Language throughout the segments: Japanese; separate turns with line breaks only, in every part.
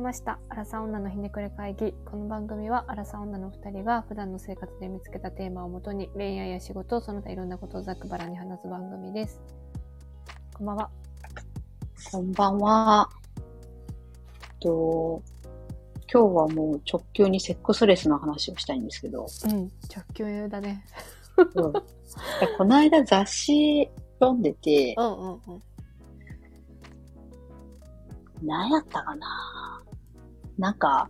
ました。アラサー女のひねくれ会議。この番組はアラサー女の二人が普段の生活で見つけたテーマをもとに恋愛や仕事、その他いろんなことをざっくばらんに話す番組です。こんばんは。
こんばんは。えっと、今日はもう直球にセックスレスの話をしたいんですけど、
うん、直球だね。
うん、この間雑誌読んでて
う、んうんうん。
何やったかななんか、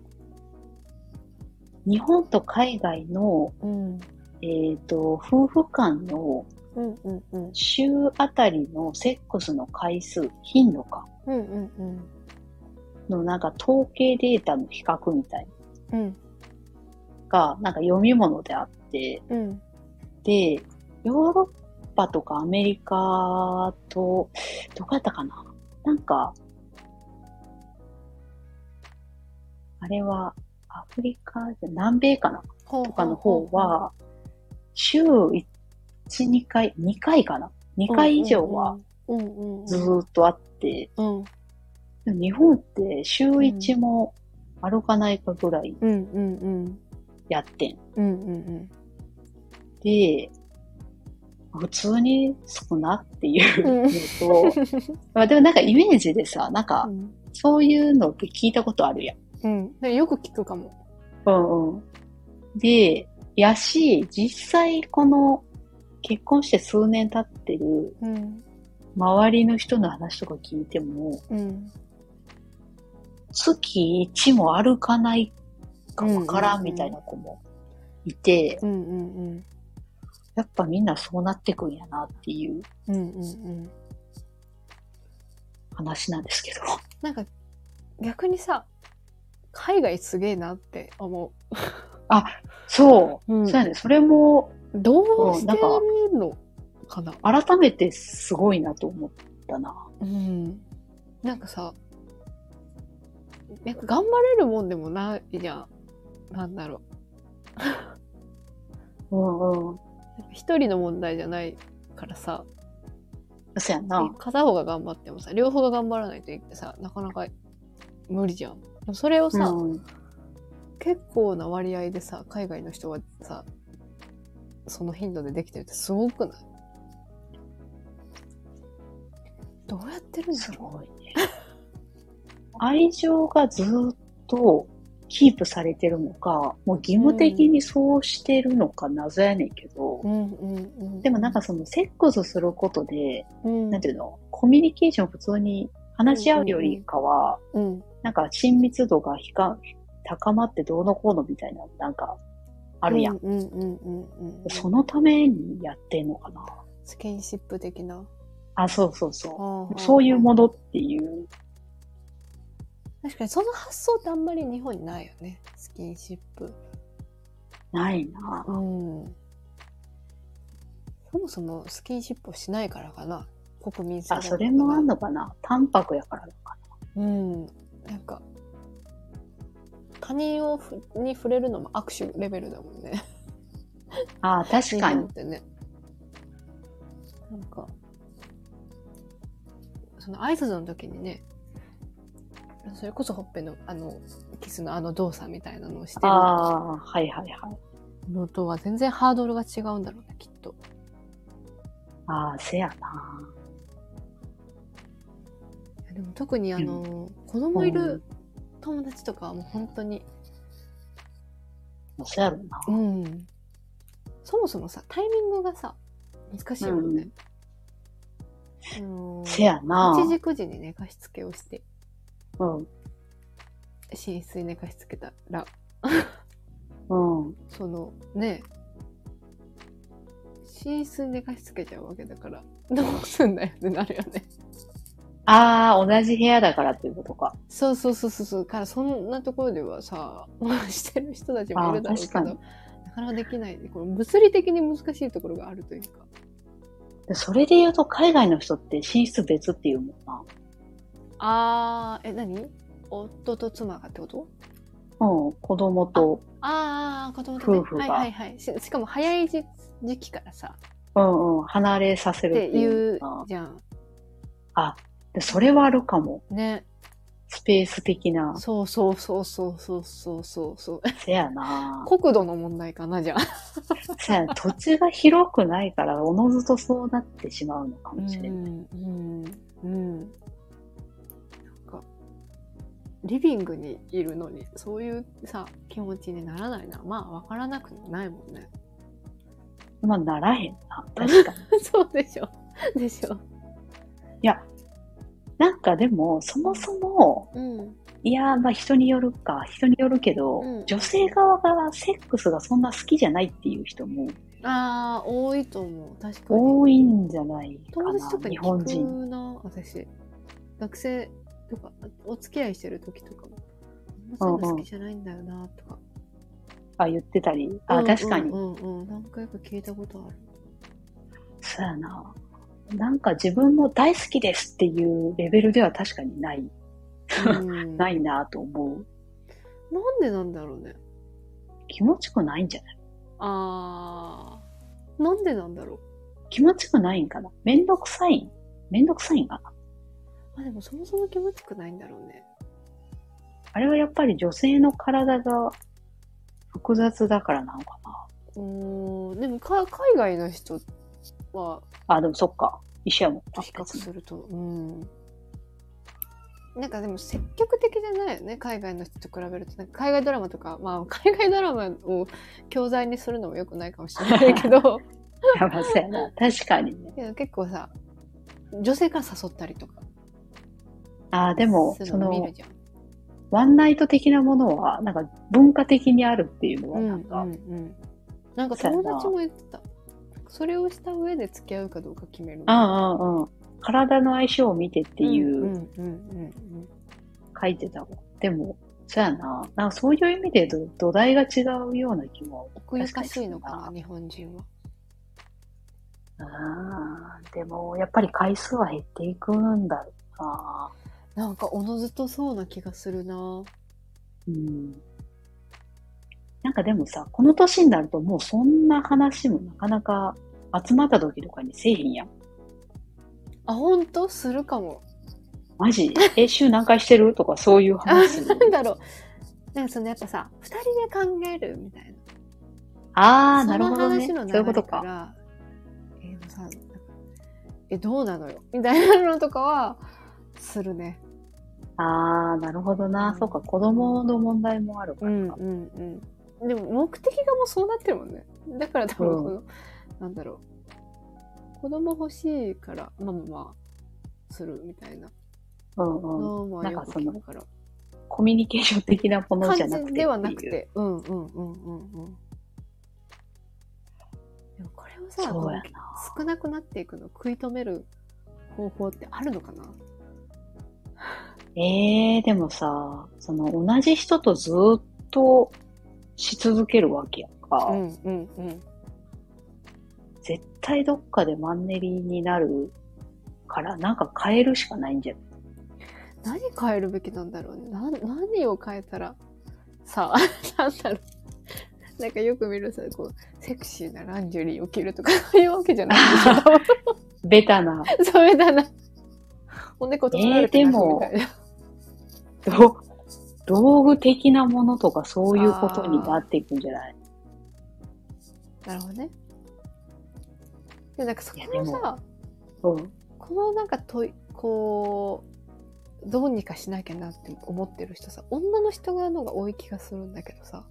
日本と海外の、
うん。
えっと夫婦間の
うんうんうん。
週あたりのセックスの回数、頻度か、
うんうんうん。
のなんか統計データの比較みたい
うん
が、なんか読み物であって、
うん。
で、ヨーロッパとかアメリカと、どこやったかななんか、あれはアフリカじゃ、南米かな
ほう
とかの方、は、週1、2回、2回かな ?2 回以上は
うんうんうん。
ずーっとあって、
うん
でも日本って週1も歩かないかぐらい
うんうんうん。
やってん。
うんうん
で、普通に少なっていう
うん
のと、 まあでもなんかイメージでさ、なん
う
か
ん。
そういうのって聞いたことあるやん。
うん。でよく聞くかも。
うんうん。で、やし、実際この結婚して数年経ってる
うん。
周りの人の話とか聞いても、
うん。
月1も歩かないかわからんみたいな子もいて、
うんうん
やっぱみんなそうなってくんやなっていう
うん。うんうんうん。
話なんですけど。
なんか、逆にさ、海外すげえなって思。
そうう。
うん
そうやね。それも
どう
うん
して
なんか
るのかな
改めてすごいなと思ったな。
うん。なんかさ、なんか頑張れるもんでもないじゃん。なんだろ
うんうん。
う。一人の問題じゃないからさ、
そうやんな。
片方が頑張ってもさ両方が頑張らないといけないさなかなか無理じゃんでもそれをさ、
うん、
結構な割合でさ海外の人はさその頻度でできてるってすごくないどうやってるんだ
す
ろ
ごいね。愛情がずっとキープされてるのか、もう義務的にそうしてるのか謎やねんけど、
う、うんうんうん、
でもなんか、そのセックスすることで、
うん、
なんていうの、コミュニケーションを普通に話し合うよりかは、
うん
なんか親密度がひか高まってどうのこうのみたいな、なんかあるやん。
うんうんうんうんうん
そのためにやってんのかな。
スキンシップ的な
あ、そうそうそう。そ
そう
いうものっていう。
確かにその発想ってあんまり日本にないよねスキンシップ
ないな。
うんそもそもスキンシップをしないからかな国民性
あ、それもあん
の
のかな。淡白やからなのか
うんなんか他人をふに触れるのも握手レベルだもんね
な。あ、確か
日
に
本っ。てねなんかその挨拶の時にねそれこそほっぺのあのキスのあの動作みたいなのをして
あ
る
あ、はいはいはい。
のとは全然ハードルが違うんだろうねきっと
ああ、せやな。
いやでも特にあの、子供いる友達とかはもう本当に、
そうやろな。
うん、そもそもさタイミングがさ難しいもんね。あの
せやな。
8時9時に寝かしつけをして
うん。
寝室に寝かしつけたら
うん。
そのね寝室に寝かしつけちゃうわけだからどうすんだよってなるよね。
ああ、同じ部屋だからっていうことか。
そうそうそうそうそうからそんなところではさ してる人たちもいるだろうけど
あー
な
確
かなかできないこの物理的に難しいところがあるというか
でそれで言うと、海外の人って寝室別っていうもんな。
あーえ何夫と妻がってこと
うん。子供と。
ああ子供とね
夫婦が
はいはいはいししかも早い時時期からさ
うんうん。離れさせ
っ
るってて
い
いう
う
か。
じゃん
で、それはあるかも。
ね
スペース的な。
そうそうそうそうそうそうそうそう。
せやな。
国土の問題かな、じゃあ。
せやな土地が広くないから、おのずとそうなってしまうのか
う
もしれない。
ん、うん、うん。なんか、リビングにいるのに、そういうさ、気持ちにならないな。まあ、わからなくもないもん ね。
まあ、ならへんな。確かに。
そうでしょ。でしょ。
いや、なんかでも、そもそも、
うん。
いや、まあ人によるか、人によるけど、
うん
女性側がセックスがそんな好きじゃないっていう人も
ああ、多いと思う。確かに。
多いんじゃないか
友達とか
な、日
に
本
聞
人。
くな、私。学生とか、お付き合いしてる時とかも。あんまそういうの好きじゃないんだよな、とか。
あ、言ってたり。あ、
うん
確かに
う。んうんうん。何回か聞いたことある。
そうやな。なんか自分も大好きですっていうレベルでは確かにない、
うん、
ないなと思う。
なんでなんだろうね。
気持ちくないんじゃない
あー。なんでなんだろ
気持ちくないんかなめんどくさいめんどくさいんかな
う。あ、でもそもそも気持ちよくないんだろうね。
あれはやっぱり女性の体が複雑だからなのかな
うーん。でもか、海外の人は、
あ、でもそっか。一緒やもんな。
比較すると。うん。なんかでも積極的じゃないよね海外の人と比べるとなんか海外ドラマとか、まあ、 海外ドラマを教材にするのもよくないかもしれないけ ど
いやばそうやな。確かにね。
いや結構さ女性から誘ったりとか
ああ、でも、
す
そ
るの見
の
る、じゃん。
ワンナイト的なものは、なんか文化的にあるっていうのは、
うん
なんか、
うんうん、なんか友達も言ってたそれをした上で付き合うかどうか決める
うんうんうん。体の相性を見てってい
うんうん
う、
うんうん
書いてたわ。でも、そうやな。なんかそういう意味でど土台が違うような気も。
奥ゆかしいのかな
確
日本人は
ああ、でも、やっぱり回数は減っていくんだろうな。
なんかおのずとそうな気がするな
うん。なんかでもさ、この年になるともうそんな話もなかなか集まった時とかにせえへんやん。
あ本当するかも
マ ジえ、週何回してるとかそういう
あ
話。
なんだろうなんかそのやっぱさ2人で考えるみたいな
ああ、なるほどね。
そ
そ
の話の
う
流
いうこ
れ
と
か
か。
らえでもさなんかえどうなのよみたいなのとかはするね
ああ、なるほどな。そうか、子供の問題もあるからか。
うんうんでも目的がもうそうなってるもんねだから多分この、なんだろう子供欲しいからまあまあまあするみたいな
うんうん。
のもよく聞くから
コミュニケーション的なものじゃな
感じ
くてっていう。
ではなくてうんうんうんうんうんでもこれをさ
そうや
こ
な。
の少なくなっていくのを食い止める方法ってあるのかな
ええー、でもさ、その同じ人とずーっとし続けるわけやんか、
うんうんうん
絶対どっかでマンネリになるから、なんか変えるしかないんじゃな
何
い
変えるべきなんだろうね。な何を変えたらさ、 なんだろう。なんかよく見るさ、こう、セクシーなランジュリーを着るとか、そういうわけじゃない
ベタな、
で しょ。それだな。お猫とられてますみたいな。
ど道具的なものとかそういうことになっていくんじゃない
なるほどね。でなんかそこ
いや
を
で
さ、
うん。
このなんか問い、こう、どうにかしなきゃなって思ってる人さ、女の人側の方が多い気がするんだけどさ、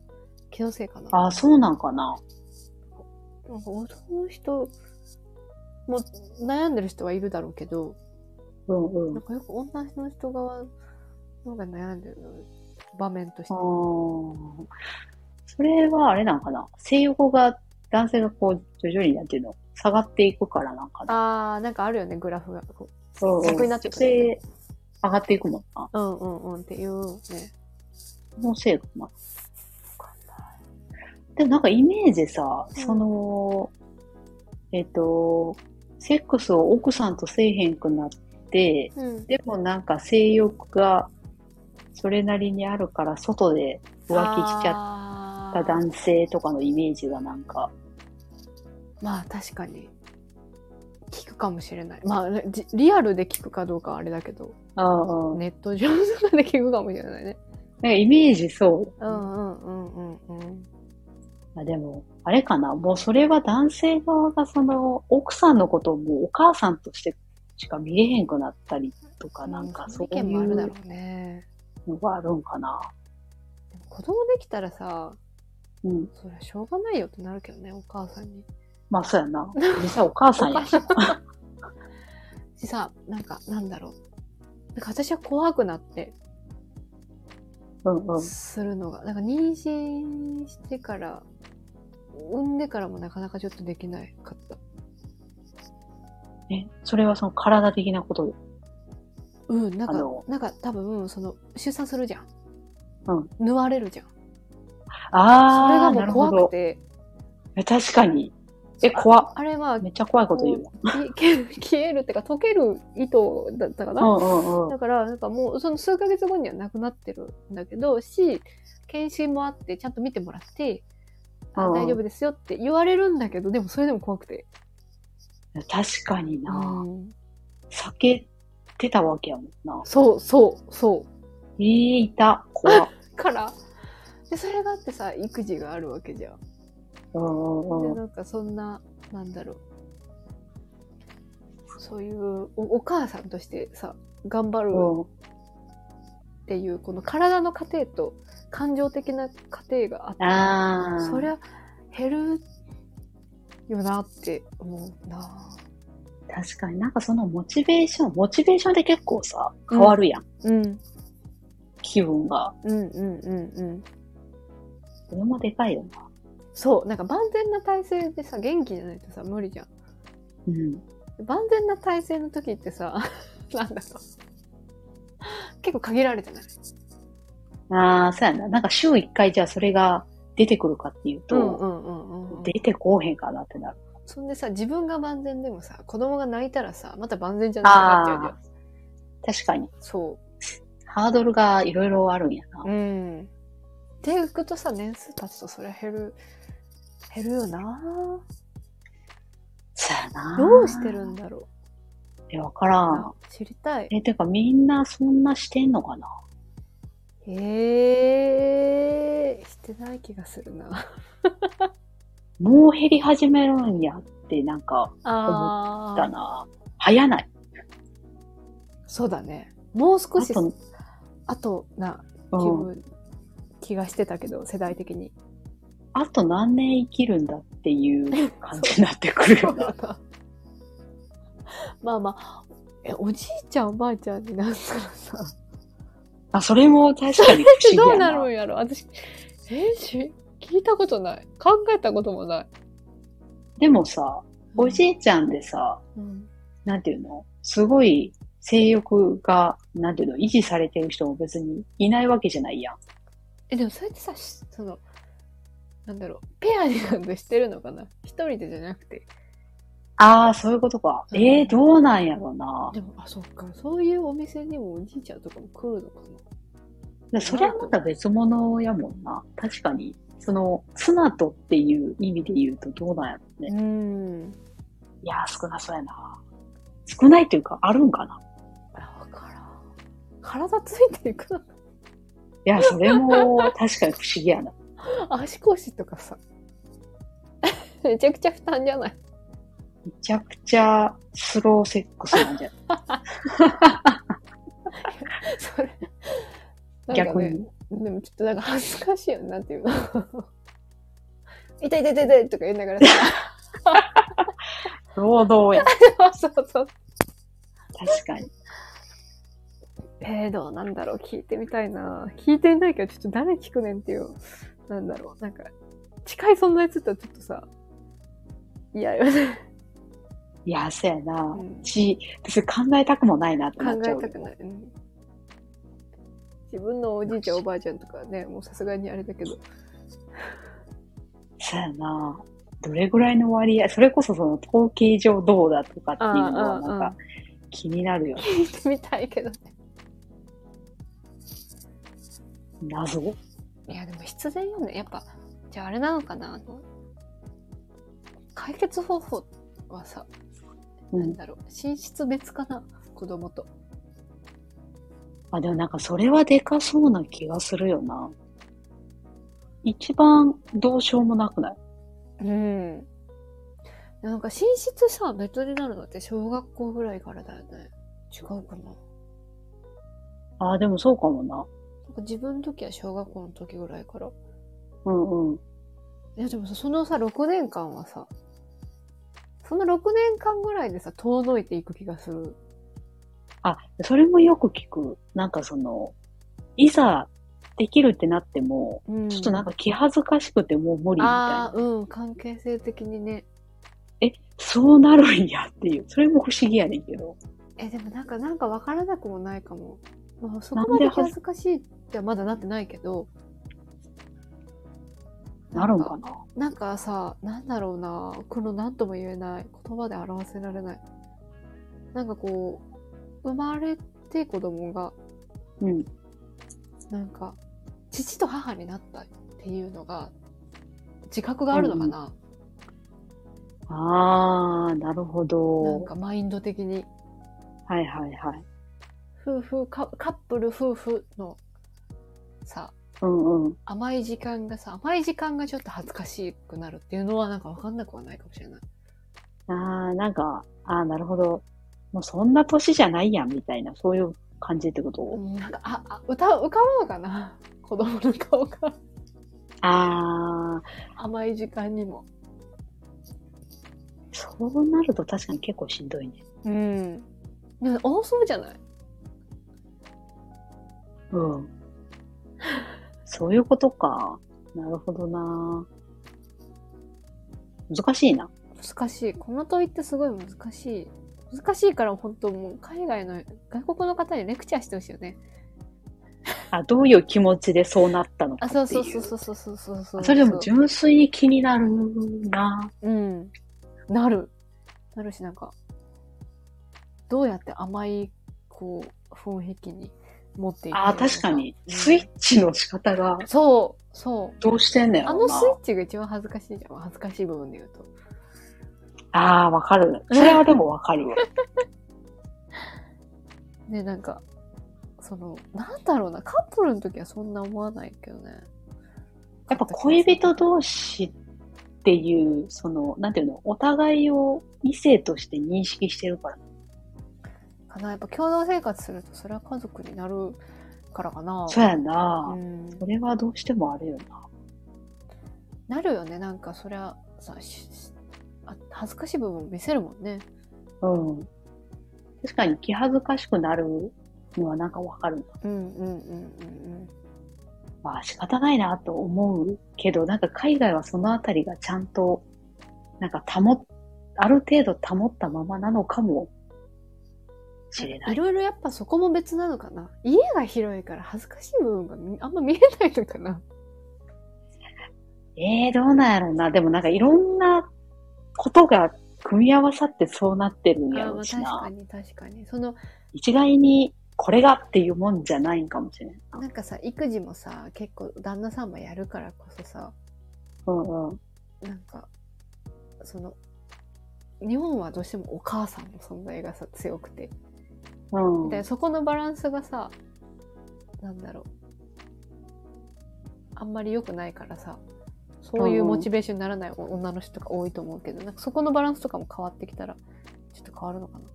気のせいかな。
ああ、そうなんかな。
なんか男の人も悩んでる人はいるだろうけど、
うんう
なんん。かよく女の人側の方が悩んでる場面として
ああ。それはあれなんかな。性欲が、男性がこう、徐々になんていうの、下がっていくからなんかな。
あーなんかあるよねグラフがこ
うんうん
逆になってく
女
るよ
性、上がっていくもんな。
ううんうんうんっていうね
そのせいかな。でもなんかイメージさ、
うん
その、えっ、と、セックスを奥さんとせえへんくなって、
うん
でもなんか性欲がそれなりにあるから外で浮気しちゃっ
ゃ
た男性とかのイメージがなんか、
まあ確かに聞くくかもしれない。まあ、じリアルで聞くかどうかはあれだけど、
ああ、
ネット上とかで聞くかもしれないね。
なんかイメージそう。
うんうんうんうんうん。
あでも、あれかな、もうそれは男性側がその奥さんのことをもうお母さんとしてしか見れへんくなったりとか、なんか
そ
そうう
い
いう
意見もあるだろうね。
うのがあるんかな。
でも子供できたらさ、
うん。
そりゃしょうがないよってなるけどね、お母さんに。
まあそう やな。実際お母さんやし。
でさ、なんか、なんだろう。なんか私は怖くなって、
うんうん。
するのが。なんか妊娠してから、産んでからもなかなかちょっとできないかった。
え、それはその体的なことで。
うん、なん
あ
か
の、
なんか多分、その、出産するじゃん。
うん。
縫われるじゃん。それ
あ
が
あ、な
も
る
う怖
ほ
く
ど。
て。
え確かに。え、怖っ。
あれは、
めっちゃ怖いこと言うわ。
消え消えるってか、溶ける糸だったか
う
な。
んうんうん。
だから、なんかもう、その数ヶ月後にはなくなってるんだけど、し、検診もあって、ちゃんと見てもらって、あ
うん
大丈夫ですよって言われるんだけど、でもそれでも怖くて。
確かにな。
うん
避けてたわけやもんな。
そう、そう、そう。
ええいた。怖っ。
からでそれがあってさ育児があるわけじゃん。
うんうんう
で
ん。
なんかそんななんだろうそういうおお母さんとしてさ頑張る
うん
っていうこの体の過程と感情的な過程があって
ああ。
そりゃ減るよなって思うな。
確かになんかそのモチベーション、モチベーションで結構さ、変わるやん。
うん
気分が。
うんうんうんうん。
それもでかいよな。
そうなんか万全な体制でさ元気じゃないとさ無理じゃん。
うん。
万全な体制の時ってさ なんだろう結構限られてない
ああ、そうやな。なんか週一回じゃあそれが出てくるかっていうと、
んうんうん
出てこうへんかなってなる。
そんでさ自分が万全でもさ子供が泣いたらさまた万全じゃなくなっちゃうじゃ
ああ
ん。
確かに。
そ
ハードルがいろいろあるんやな
う。うんっていくとさ年数経つとそりゃ減る減るよな
そうやな。
どうしてるんだろ
え、わから。
うん知りたい
え、てかみんなそんなしてんのかな
へえしてない気がするな
もう減り始めるんやってなんか、
あ
だな。早ない。
そうだねもう少し
あと
あとな
う
気
ん
分、気がしてたけど世代的に
あと何年生きるんだっていう感じになってくるよな。
まあまあえおじいちゃんおばあちゃんになったらさ
あ、それも確かに不思議
ど
や
うなる
な。
んやろ私えし聞いたことない考えたこともない
でもさ、おじいちゃんでさ、
うん
なんていうのすごい性欲が、なんていうの維持されてる人も別にいないわけじゃないやん。
えでもそれってさしそのなんだろうペアになんてしてるのかな一人でじゃなくて
ああ、そういうことか。
うん
ええー、どうなんやろな。
でもあそっかそういうお店にもおじいちゃんとかも来るのかな
それはまた別物やもんな。確かに。その、妻とっていう意味で言うとどうなんやろね。
うん
いやー、少なそうやな。少ないというか、あるんかな。
あ分からん体ついていくのか
いや、それも確かに不思議やな。
足腰とかさ めちゃくちゃ負担じゃない
めちゃくちゃスローセックスなんじゃ
それな
ない
んか
逆
ね
に。
でもちょっとなんか恥ずかしいよねなんていうの痛い痛い痛い痛いとか言いながらさ
労働や。
そうそうそう
確かに。
えー、どうなんだろう聞いてみたいな聞いてみたいけどちょっと誰聞くねんっていうなんだろうなんか近い存在つったらちょっとさ嫌よね
いや、そうやな。
ん
し、別に考えたくもないなって
考
なっちゃ
え
う
たくない、うん自分のおじいちゃんおばあちゃんとかはねもうさすがにあれだけど
そうやな。どれぐらいの割合、それこそその統計上どうだとかっていうの
あーあ
は
ー
なん
あー
か気になるよね。
聞いてみたいけどね
謎。
いやでも必然よねやっぱじゃああれなのかなあの解決方法はさ
う
なん
ん。
だろう、寝室別かな子供と。
あ、でもなんかそれはでかそうな気がするよな。一番どうしようもなくない
うん。なんか寝室さ、ベッドになるのって小学校ぐらいからだよね。違うかな。なん
あ、でもそうかもな。
か自分の時は小学校の時ぐらいから。
うんうん。
いやでもさ、そのさ、6年間はさ、その6年間ぐらいでさ、遠のいていく気がする。
あ、それもよく聞く。なんかその、いざできるってなっても、
うん、
ちょっとなんか気恥ずかしくてもう無理みたい
あ
な。
あ、うん、関係性的にね。
え、そうなるんやっていう。それも不思議やねんけど。
え、でもなんか、なんか分からなくもないかも。まあ、そ
なん
こ
で
まで恥ずかしいってはまだなってないけど。
なるんかな
なんかさ、なんだろうな、この何とも言えない、言葉で表せられない。なんかこう、生まれて子供が、
うん。
なんか、父と母になったっていうのが、自覚があるのかな、
あー、なるほ
なん
ど。
かマインド的に。
はいはいはい。
夫婦カ、カップル夫婦の、さ、
うんうん。
甘い時間がさ、甘い時間がちょっと恥ずかしくなるっていうのはなんかわかんなくはないかもしれない。
あー、なんか、あー、なるほど。もうそんな年じゃないやんみたいな、そういう感じってこと、
うんなんか、あ、あ歌、浮かぶのかな 子供の顔が。
あー、
甘い時間にも。
そうなると確かに結構しんどいね。
うん。ね多そうじゃない
うん。 そういうことか。なるほどな。難しいな。
難しい。この問いってすごい難しい。難しいから本当もう海外の、外国の方にレクチャーしてほしいよね。
あ、どういう気持ちでそうなったのか
あ、
っていう。
そうそうそうそうそうそうそう
あそれでも純粋に気になるな。
うん。なる。なるし、なんか、どうやって甘い、こう、雰囲気に持っていくの
あ、確かに。
うん
スイッチの仕方が
そう、そう。
どうしてんねや
あ
ろ
の
な。
スイッチが一番恥ずかしいじゃん。恥ずかしい部分で言うと。
ああ、わかる。それはでもわか るわ。
ねなんかそのなんだろうなカップルの時はそんな思わないけどね
やっぱ恋人同士っていう、その、なんていうの、お互いを異性として認識してるから。
かなやっぱ共同生活するとそれは家族になるからかな
そうやな。
うん
それはどうしてもあるよな。
なるよねなんかそりゃさししあ恥ずかしい部分見せるもんね
うん。確かに気恥ずかしくなるのはなんかわかるな。
うんうんうんうん
まあ仕方ないなと思うけど、なんか海外はそのあたりがちゃんと、なんか保っ、ある程度保ったままなのかもし
う
れ
ん
ないい。
ろいろやっぱそこも別なのかな家が広いから恥ずかしい部分がみあんま見えないのかな
ええー、どうなんやろうな。でもなんかいろんなことが組み合わさってそうなってるんや
あ
ろ
まあ
うし
確か
な。
に確かにその
一概にこれがっていうもんじゃないんかもしれんな
なんかさ育児もさ結構旦那さんもやるからこそさ、
うんうん。
なんかその日本はどうしてもお母さんの存在がさ強くて
うん。
みたいなそこのバランスがさなんだろうあんまり良くないからさそういうモチベーションにならない女の人とか多いと思うけどなんかそこのバランスとかも変わってきたらちょっと変わるのかな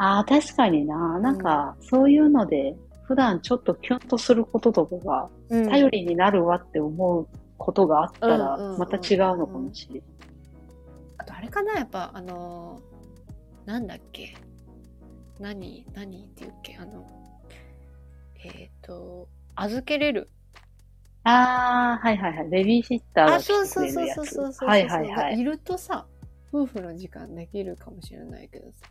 ああ、確かにな。なんか、そういうので、普段ちょっとキュンとすることとかが、。頼
り
りになるわって思うことがあった
うんうんう
ら
ん、
また違うのかもしれない。
あとあれかなやっぱあのーなんだっけ何何っていうっけあのえっ、と預けれる
ああ、はいはいはい。ベビーシッターが
あ、
来
そう
てく
そう
れ
そう
るや
そう
つ。
そうそう。
はいはいはいい。
るとさ、夫婦の時間できるかもしれないけどさ。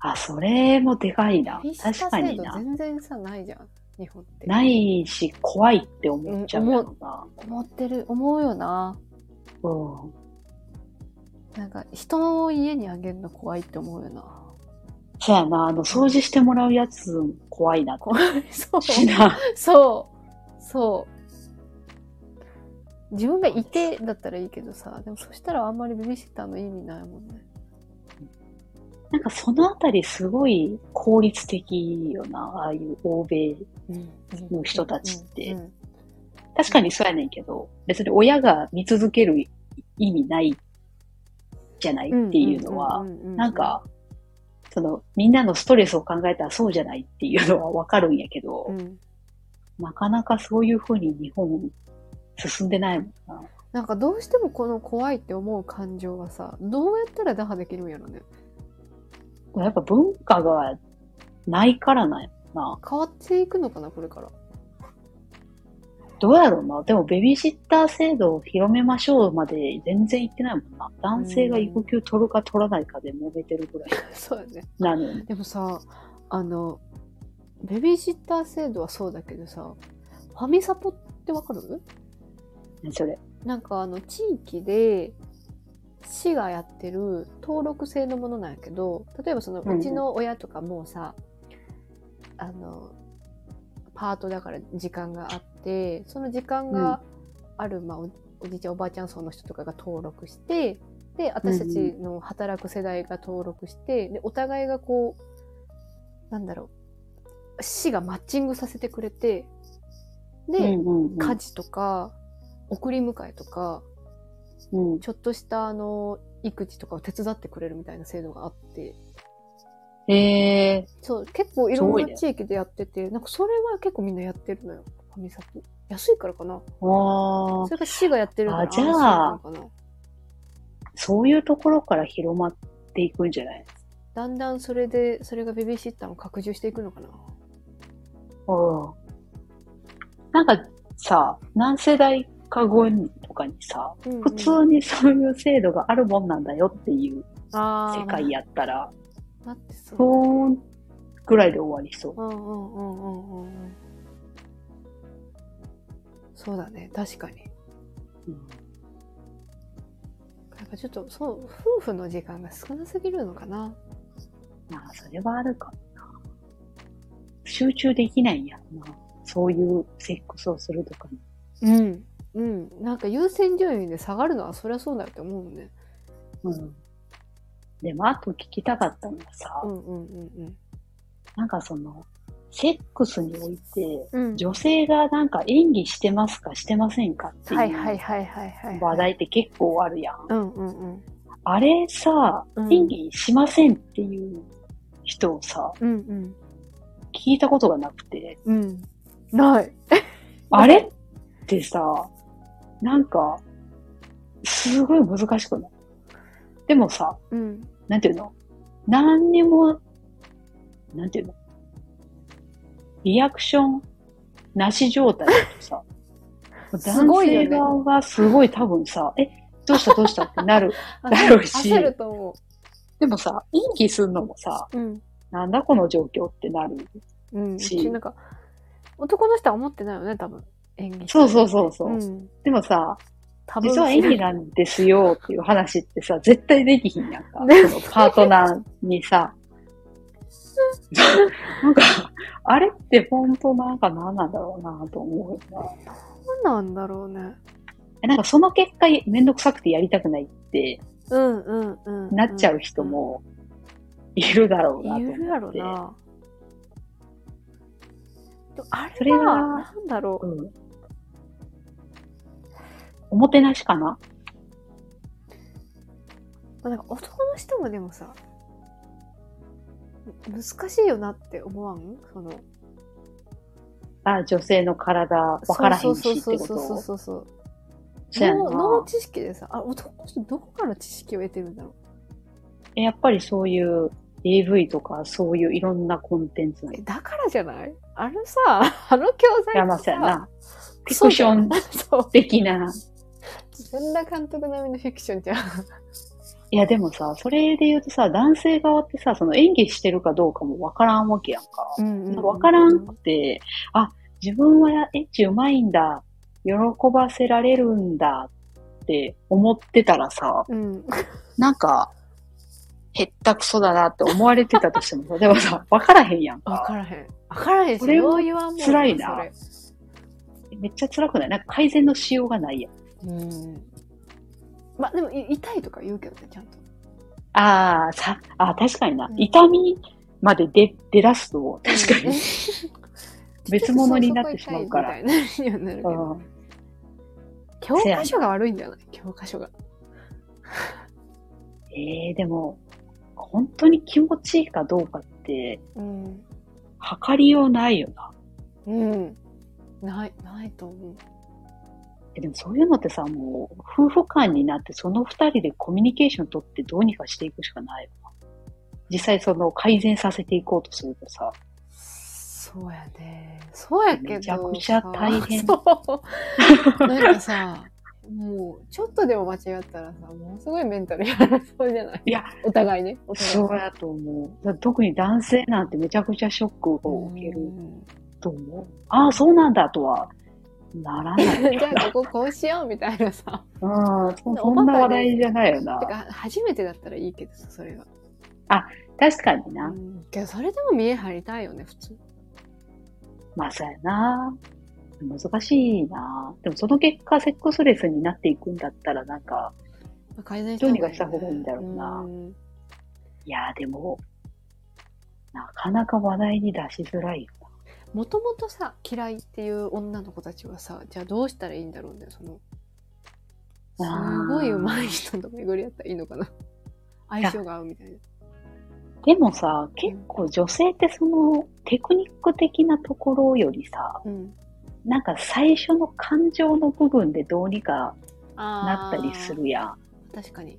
あ、それもでかいな
ベビー。シッタ
確
ー
か
制
に
度
な。
全然さ、ないじゃん。日本って。
ないし、怖いって思っちゃうやろな。
思ってる、思うよな。
うん。
なんか、人を家にあげるの怖いって思うよ な。
そうやな。あの、掃除してもらうやつも怖いなって。
怖い。そう。
し な。
そう。そう。自分がいてだったらいいけどさ、でもそしたらあんまりベビーシッターの意味ないもんね。
なんかそのあたりすごい効率的よな、ああいう欧米。の人たちって
うんうん
確かにそうやねんけど、別に親が見続ける意味ないじゃない
うん
っていうのは
う、んうんうんうん
なんか、その、みんなのストレスを考えたらそうじゃないっていうのはわかるんやけど、
うん
なかなかそういうふうに日本進んでないもんな。
なんかどうしてもこの怖いって思う感情はさどうやったら打破できるんやろね
やっぱ文化がないからなんやろな。
変わっていくのかなこれから
どうやろうな。でもベビーシッター制度を広めましょうまで全然言ってないもんな。男性が育休取るか取らないかで揉めてるぐらい
そうやね
なのに。
でもさあのベビーシッター制度はそうだけどさファミサポってわかる
何それ。
なんかあの地域で市がやってる登録制のものなんやけど例えばその
うんうん
うちの親とかもうさ、あのパートだから時間があってその時間がある、まあ、おおじいちゃんおばあちゃん層の人とかが登録してで私たちの働く世代が登録して、でお互いがこうなんだろう市がマッチングさせてくれてで、
うんうんうん
家事とか送り迎えとか
うん、
ちょっとしたあの育児とかを手伝ってくれるみたいな制度があって
え
そう結構い
す
ろ
ごい
ん
ね
な地域でやってて、なんかそれは結構みんなやってるのよファミサポ安いからかな
ー、あ
そ
ー
れが市がやってるから
あじゃあ
安心なのかな
そういうところから広まっていくんじゃない
だんだんそれでそれがベビーシッターを拡充していくのかな
うん。なんかさ、何世代か後にとかにさ、
うんうん
普通にそういう制度があるもんなんだよっていう
あー
世界やったら、
なってそう
ポーンぐらいで終わりそう。
うんうんうんうんうんうんそうだね確かにやっぱちょっとそう夫婦の時間が少なすぎるのかな
まあ、それはあるかもな。集中できないんやろな。そういうセックスをするとかに。
うん、うん、なんか優先順位で下がるのはそりゃそうだよって思うもんね。
うん。でも、あと聞きたかったのがさ、
うんうんうん
なんかその、セックスにおいて、
うん。
女性がなんか演技してますかしてませんかってい
はいはいうはいはいはい。
話。題って結構あるやん。
うんうんうん。
あれさ、
うん
演技しませんっていう人をさ、
うん
聞いたことがなくて、
うん。うん。ない。
あれってさ、なんか、すごい難しくないでもさ、
うん。
なんていうの何にも、なんていうのリアクションなし状態だとさ、
すごいよね
男性側がすごい多分さ、え、どうしたどうしたってなる。
あ
だろうし
焦ると思
でもさ、演技するのもさ、
う。うん。
なんだこの状況ってなる。
うん。う
し
ちなんか、男の人は思ってないよね、多分。演技。
そうそうそうそう。
うん。
でもさ、
多分。
実は演技なんですよっていう話ってさ、絶対できひんやんか。
ね
そのパートナーに さ。なんか、あれって本当なんか何なんだろうなと思うよな。
そうなんだろうね。
えなんかその結果めんどくさくてやりたくないって
うんうんうん。
なっちゃう人もいるだろうなと
い
思って。
るやろな。でもあ
そ
れ
れ
は、
は
なんだろう
う。ん。おもてなしかな
まあ、なんか男の人もでもさむ難しいよなって思わんその
あ女性の体わからへんしって
そう
こ
そ
と
うそうそうそうそう
そうやん
脳
な
脳知識でさあ男の人どこから知識を得てるんだろ
えやっぱりそういう AV とかそういういろんなコンテンツ
う
い
えだからじゃないあのさ あの教材
や
って
まさや
さ
な。フィクション
そう
的な。
全裸監督並みのフィクションじゃん
いやでもさ、それで言うとさ、男性側ってさ、その演技してるかどうかもわからんわけやんか。
うん
わからんくて、あ、自分はエッチうまいんだ、喜ばせられるんだって思ってたらさ、
うん
なんか、へったくそだなって思われてたとしてもさ、でもさ、わからへんやん
わ
か。
からへんわからへんし
これは
よう言わんもん
辛いな
それ
めっちゃ辛くないなんか改善のしようがないやん。
うんまあでもい痛いとか言うけどねちゃんと
ああ、さ、あー確かにな
う。ん
痛みまで出、出だすと、確かに。 別物になってしまうから。
結局そそこ痛いみたいになるようになる
うん
けど。教科書が悪いんじゃない教科書が。
ええでも、本当に気持ちいいかどうかって、
うん。
測りようないよな。
うん。ない、ないと思う。
えでもそういうのってさ、もう、夫婦間になって、その二人でコミュニケーション取ってどうにかしていくしかないよな。実際その改善させていこうとするとさ、
そうやね。そうやけど。
めちゃくちゃ大変
さそう。なんかさ、もう、ちょっとでも間違ったらさ、ものすごいメンタルやられそうじゃない
いや、
お互いね。お互い
そうやと思う。だ特に男性なんてめちゃくちゃショックを受ける
うん
と思う。ああ、そうなんだとは、ならない。
じゃあこここうしようみたいなさ。
うん、そ
お
そ
バカ
ん
で
な話題じゃないよな
て。か、初めてだったらいいけどさ、それは。
確かに
う
な。
んけど、それでも見え張りたいよね、普通。
まあ、そうやな。難しいな。でも、その結果、セックスレスになっていくんだったら、なんか、
まあ改善
どうにかした方がいいんだろうな
うん
いやー、でも、なかなか話題に出しづらいよな。
もともとさ嫌いっていう女の子たちはさじゃあどうしたらいいんだろうねそのすごい上手い人と巡り合ったらいいのかな相性が合うみたいな
でもさ、結構女性ってその、テクニック的なところよりさ、
うん
なんか最初の感情の部分でどうにかな
あ
った
ー
りするやん。
確かに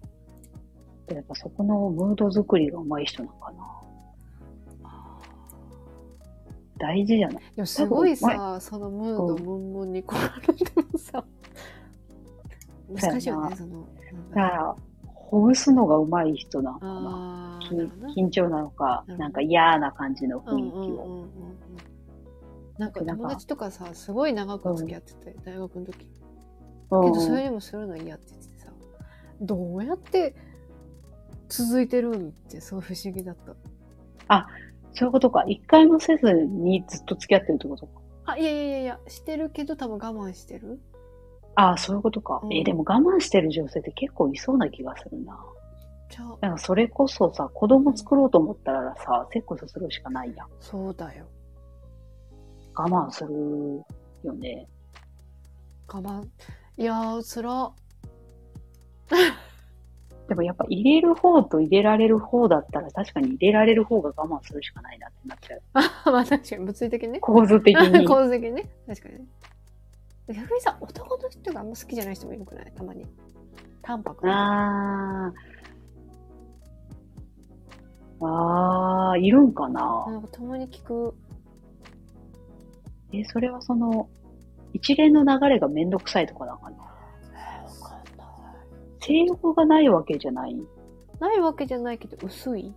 やっぱそこのムード作りが上手い人なのかな。大事じゃない
でもすごいさそのムード
うん
ムンムンにこられてもさ難しいよねそのなん
だ
だ
か
ろう
ら、ほぐすのが上手い人なのかな。
あ
き
ーなるほどな
緊張なのか、
うん
なんか嫌な感じの雰
うんう
囲
ん
気
うん
を。
うんうんなんか
なんか
友達とかさすごい長く付き合ってて、大学の時け
うん
どそれでもするの嫌って言っててさどうやって続いてるんってすごい不思議だった
そういうことか。一回もせずにずっと付き合ってるってことか。
あいやいやいやいやしてるけど多分我慢してる
ああ、そういうことか。
うん
えーでも我慢してる女性って結構いそうな気がするな。
じゃあ
なんかそれこそさ、子供作ろうと思ったらさ、セックスするしかないやん。
そうだよ
我慢するよね。
我慢いやーつら
でもやっぱ入れる方と入れられる方だったら確かに入れられる方が我慢するしかないなってなっちゃう。
まあ確かに物理的にね
構図的 に。
構図的にね確かにね逆にさ男の人があんま好きじゃない人もいるくないたまに淡白な
あー。あー、いるんかな、
なんか共に聞く
え、それはその、一連の流れがめんどくさいとかなんかな性欲がないわけじゃない。う
ないわけじゃないけど薄い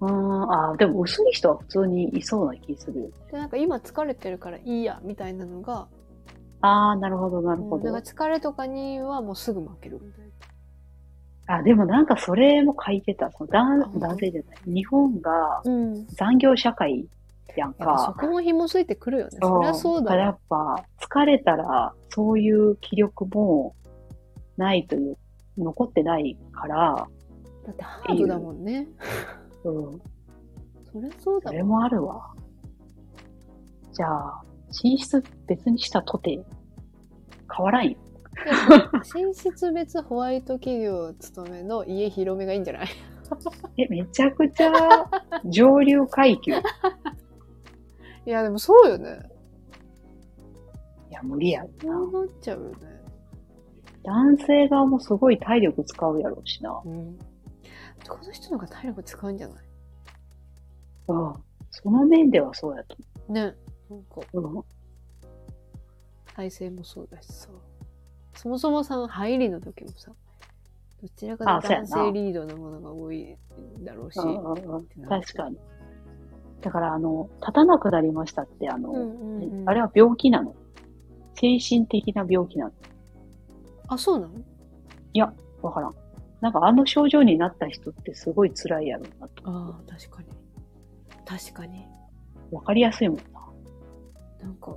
ーん、あー、でも薄い人は普通にいそうな気するよ。
でなんか今疲れてるからいいやみたいなのが
あー、なるほど、なる
う
ほ
んな
ど。
んか疲れとかにはもうすぐ負けるみたいな
あ、でもなんかそれも書いてた。その
あ
男
本当
男性じゃない。日本が
うんやっ
残業社会やん
ぱそ
か。
こも紐付いてくるよね
う
そ
ん
りゃそうだ
からや
よ
っぱ疲れたらそういう気力もないという、残ってないから、
だってハードだもんね
うん、
そりゃそうだも
それ
ん
もあるわ。じゃあ、寝室別にしたとて変わらんよ。
寝室別ホワイト企業勤めの家広めがいいんじゃない
え、めちゃくちゃ上流階 級。い
いやでもそうよね
や、無理やろ
そ
な。
うなっちゃうよね
男性側もすごい体力使うやろうしな。
うんこの人の方が体力使うんじゃない
うん。その面ではそうやと
ねなんか
思う。
体勢もそうだしさそもそもさ入りの時もさどちらか
あ
と
そうや
男
な
性リードのものが多いだろうし
うん。うんうんうん
ってなる
確かに。だから、あの、立たなくなりましたって、あの、
うんうんうん
あれは病気なの。精神的な病気なの。
あそうなの
わからん。なんかあの症状になった人ってすごい辛いやろうなと。
ああ確かに確かに
わかりやすいもんな。
なんか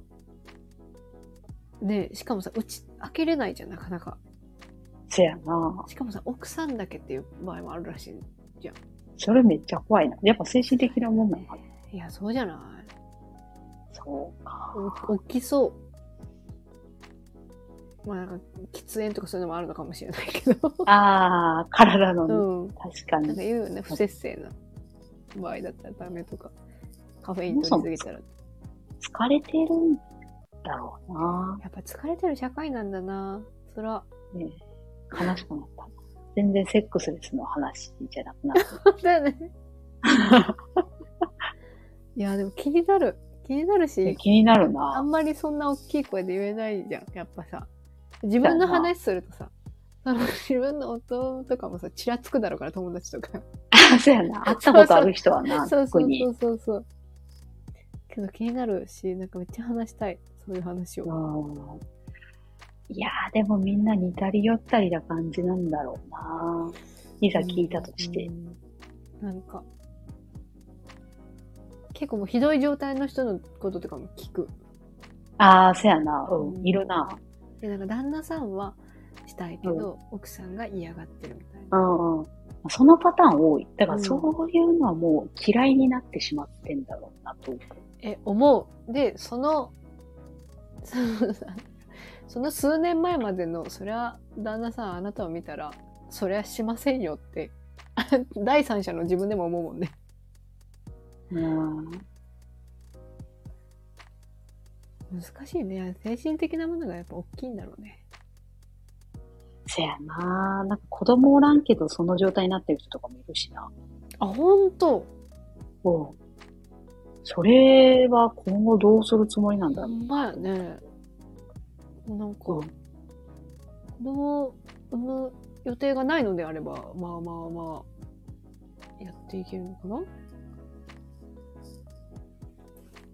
ねえしかもさうち開けれないじゃんなかなか
せやな。
しかもさ、奥さんだけっていう場合もあるらしい。
それめっちゃ怖いな。やっぱ精神的なもんなのかない
や、そうじゃない
そうか。
お起きそう。まあなんか、喫煙とかそういうのもあるのかもしれないけど。
ああ、体のね、
うん。
確か
なんか
に。
言うよね、不節制な場合だったらダメとか、カフェイン取りすぎたら。
疲れてるんだろうな。
やっぱ疲れてる社会なんだな。そら。
ねえ悲しくなった。全然セックスレスの話じゃなくなった。
だよね。いや、でも気になる。気になるし、
気になる
あ
な。
んまりそんな大きい声で言えないじゃん。やっぱさ。自分の話するとさ、その自分の夫とかもさ、ちらつくだろうから、友達とか。
そうやな。会ったことある人は な、
そうそ
特
う
に。
そうそうそう。けど気になるし、なんかめっちゃ話したい。そういう話を。
うんいやー、でもみんな似たり寄ったりな感じなんだろうな。いざ聞いたとして。
うん。なんか、結構もうひどい状態の人のこととかも聞く。
ああ、そうやな。
う
うんん、いるな。
で、なんか旦那さんはしたいけど、奥さんが嫌がってるみたいうな。
んうん。そのパターン多い。だか
う
ら
ん
そういうのはもう嫌いになってしまってんだろうなと。
え、思う。で、その、 そのさその数年前までの、そりゃ、旦那さんあなたを見たら、そりゃしませんよって、 あ第三者の自分でも思うもんね。
うん。
難しいね。精神的なものがやっぱ大きいんだろうね。
せやな。なんか子供おらんけどその状態になってる人とかもいるしな。
あ、ほんと
うん。それは今後どうするつもりなんだ
ほ
ろう。
んまやね。なんか、
うん
子供の予定がないのであれば、まあまあまあ、やっていけるのかな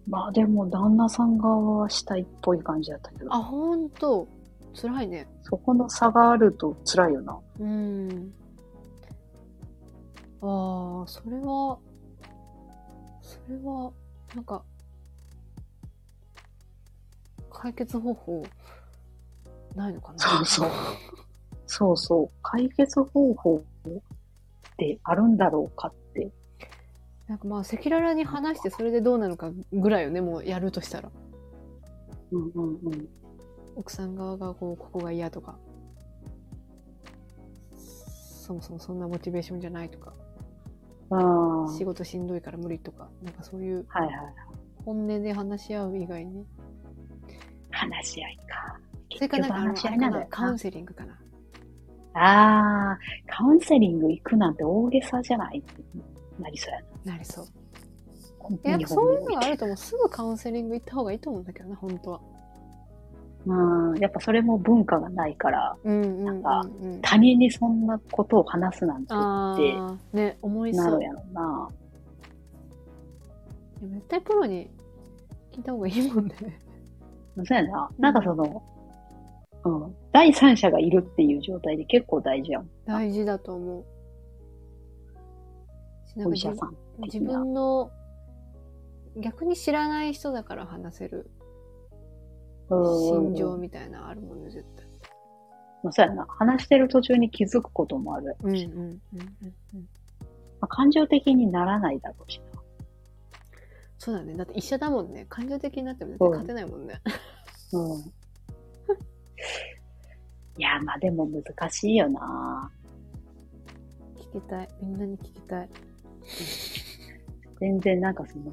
まあでも旦那さん側は下っぽい感じだったけど。
あ、ほんと辛いね。
そこの差があると辛いよな。
うん。ああ、それは、それは、なんか、解決方法、ないのかな
そうそう。そうそう。解決方法ってあるんだろうかって。
なんかまあ、赤裸々に話してそれでどうなのかぐらいよね、もうやるとしたら。
うんうんうん。
奥さん側がこう、ここが嫌とか。そもそもそんなモチベーションじゃないとか、
ああ。はい
仕事しんどいから無理とか、なんかそういう
はい。
本音で話し合う以外に。
話し合いか。
それかなんかあの
話し合いなんだよ
カウン
な。
セリングかな。
ああ、カウンセリング行くなんて大げさじゃないなりそうや
なりそう。
な。
やっぱそういうのがあ
る
るともうすぐカウンセリング行った方がいいと思うんだけどな、本当は。
うん、やっぱそれも文化がないから、
うんうんうん、うん。
他人にそんなことを話すなんて
あ
っ
あ、ね、思い
てな
そう
る。やろな。
でも絶対プロに聞いた方がいいもんね。
そうやな。なんかその、うん、第三者がいるっていう状態で結構大事やん。
大事だと思う。なん
お
か
医
じ
者さん
自
的な。
分の逆に知らない人だから話せる
うん
心情みたいなのあるもんね、絶対。
まあそうやな。話してる途中に気づくこともあるや
うんう
ろうんし、
うんうんうん。
まあ、感情的にならないだろうし
そうだね。だって医者だもんね。感情的になっても絶対勝てないもんね。
な。うん。 いや、まあでも難しいよな。
聞きたい。みんなに聞きたい。
全然なんかその、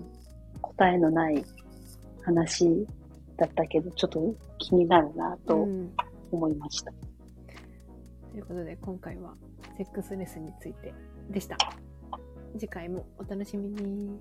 答えのない話だったけど、ちょっと気になるな
う
と
ん
思いました。
ということで今回はセックスレスについてでした。次回もお楽しみに。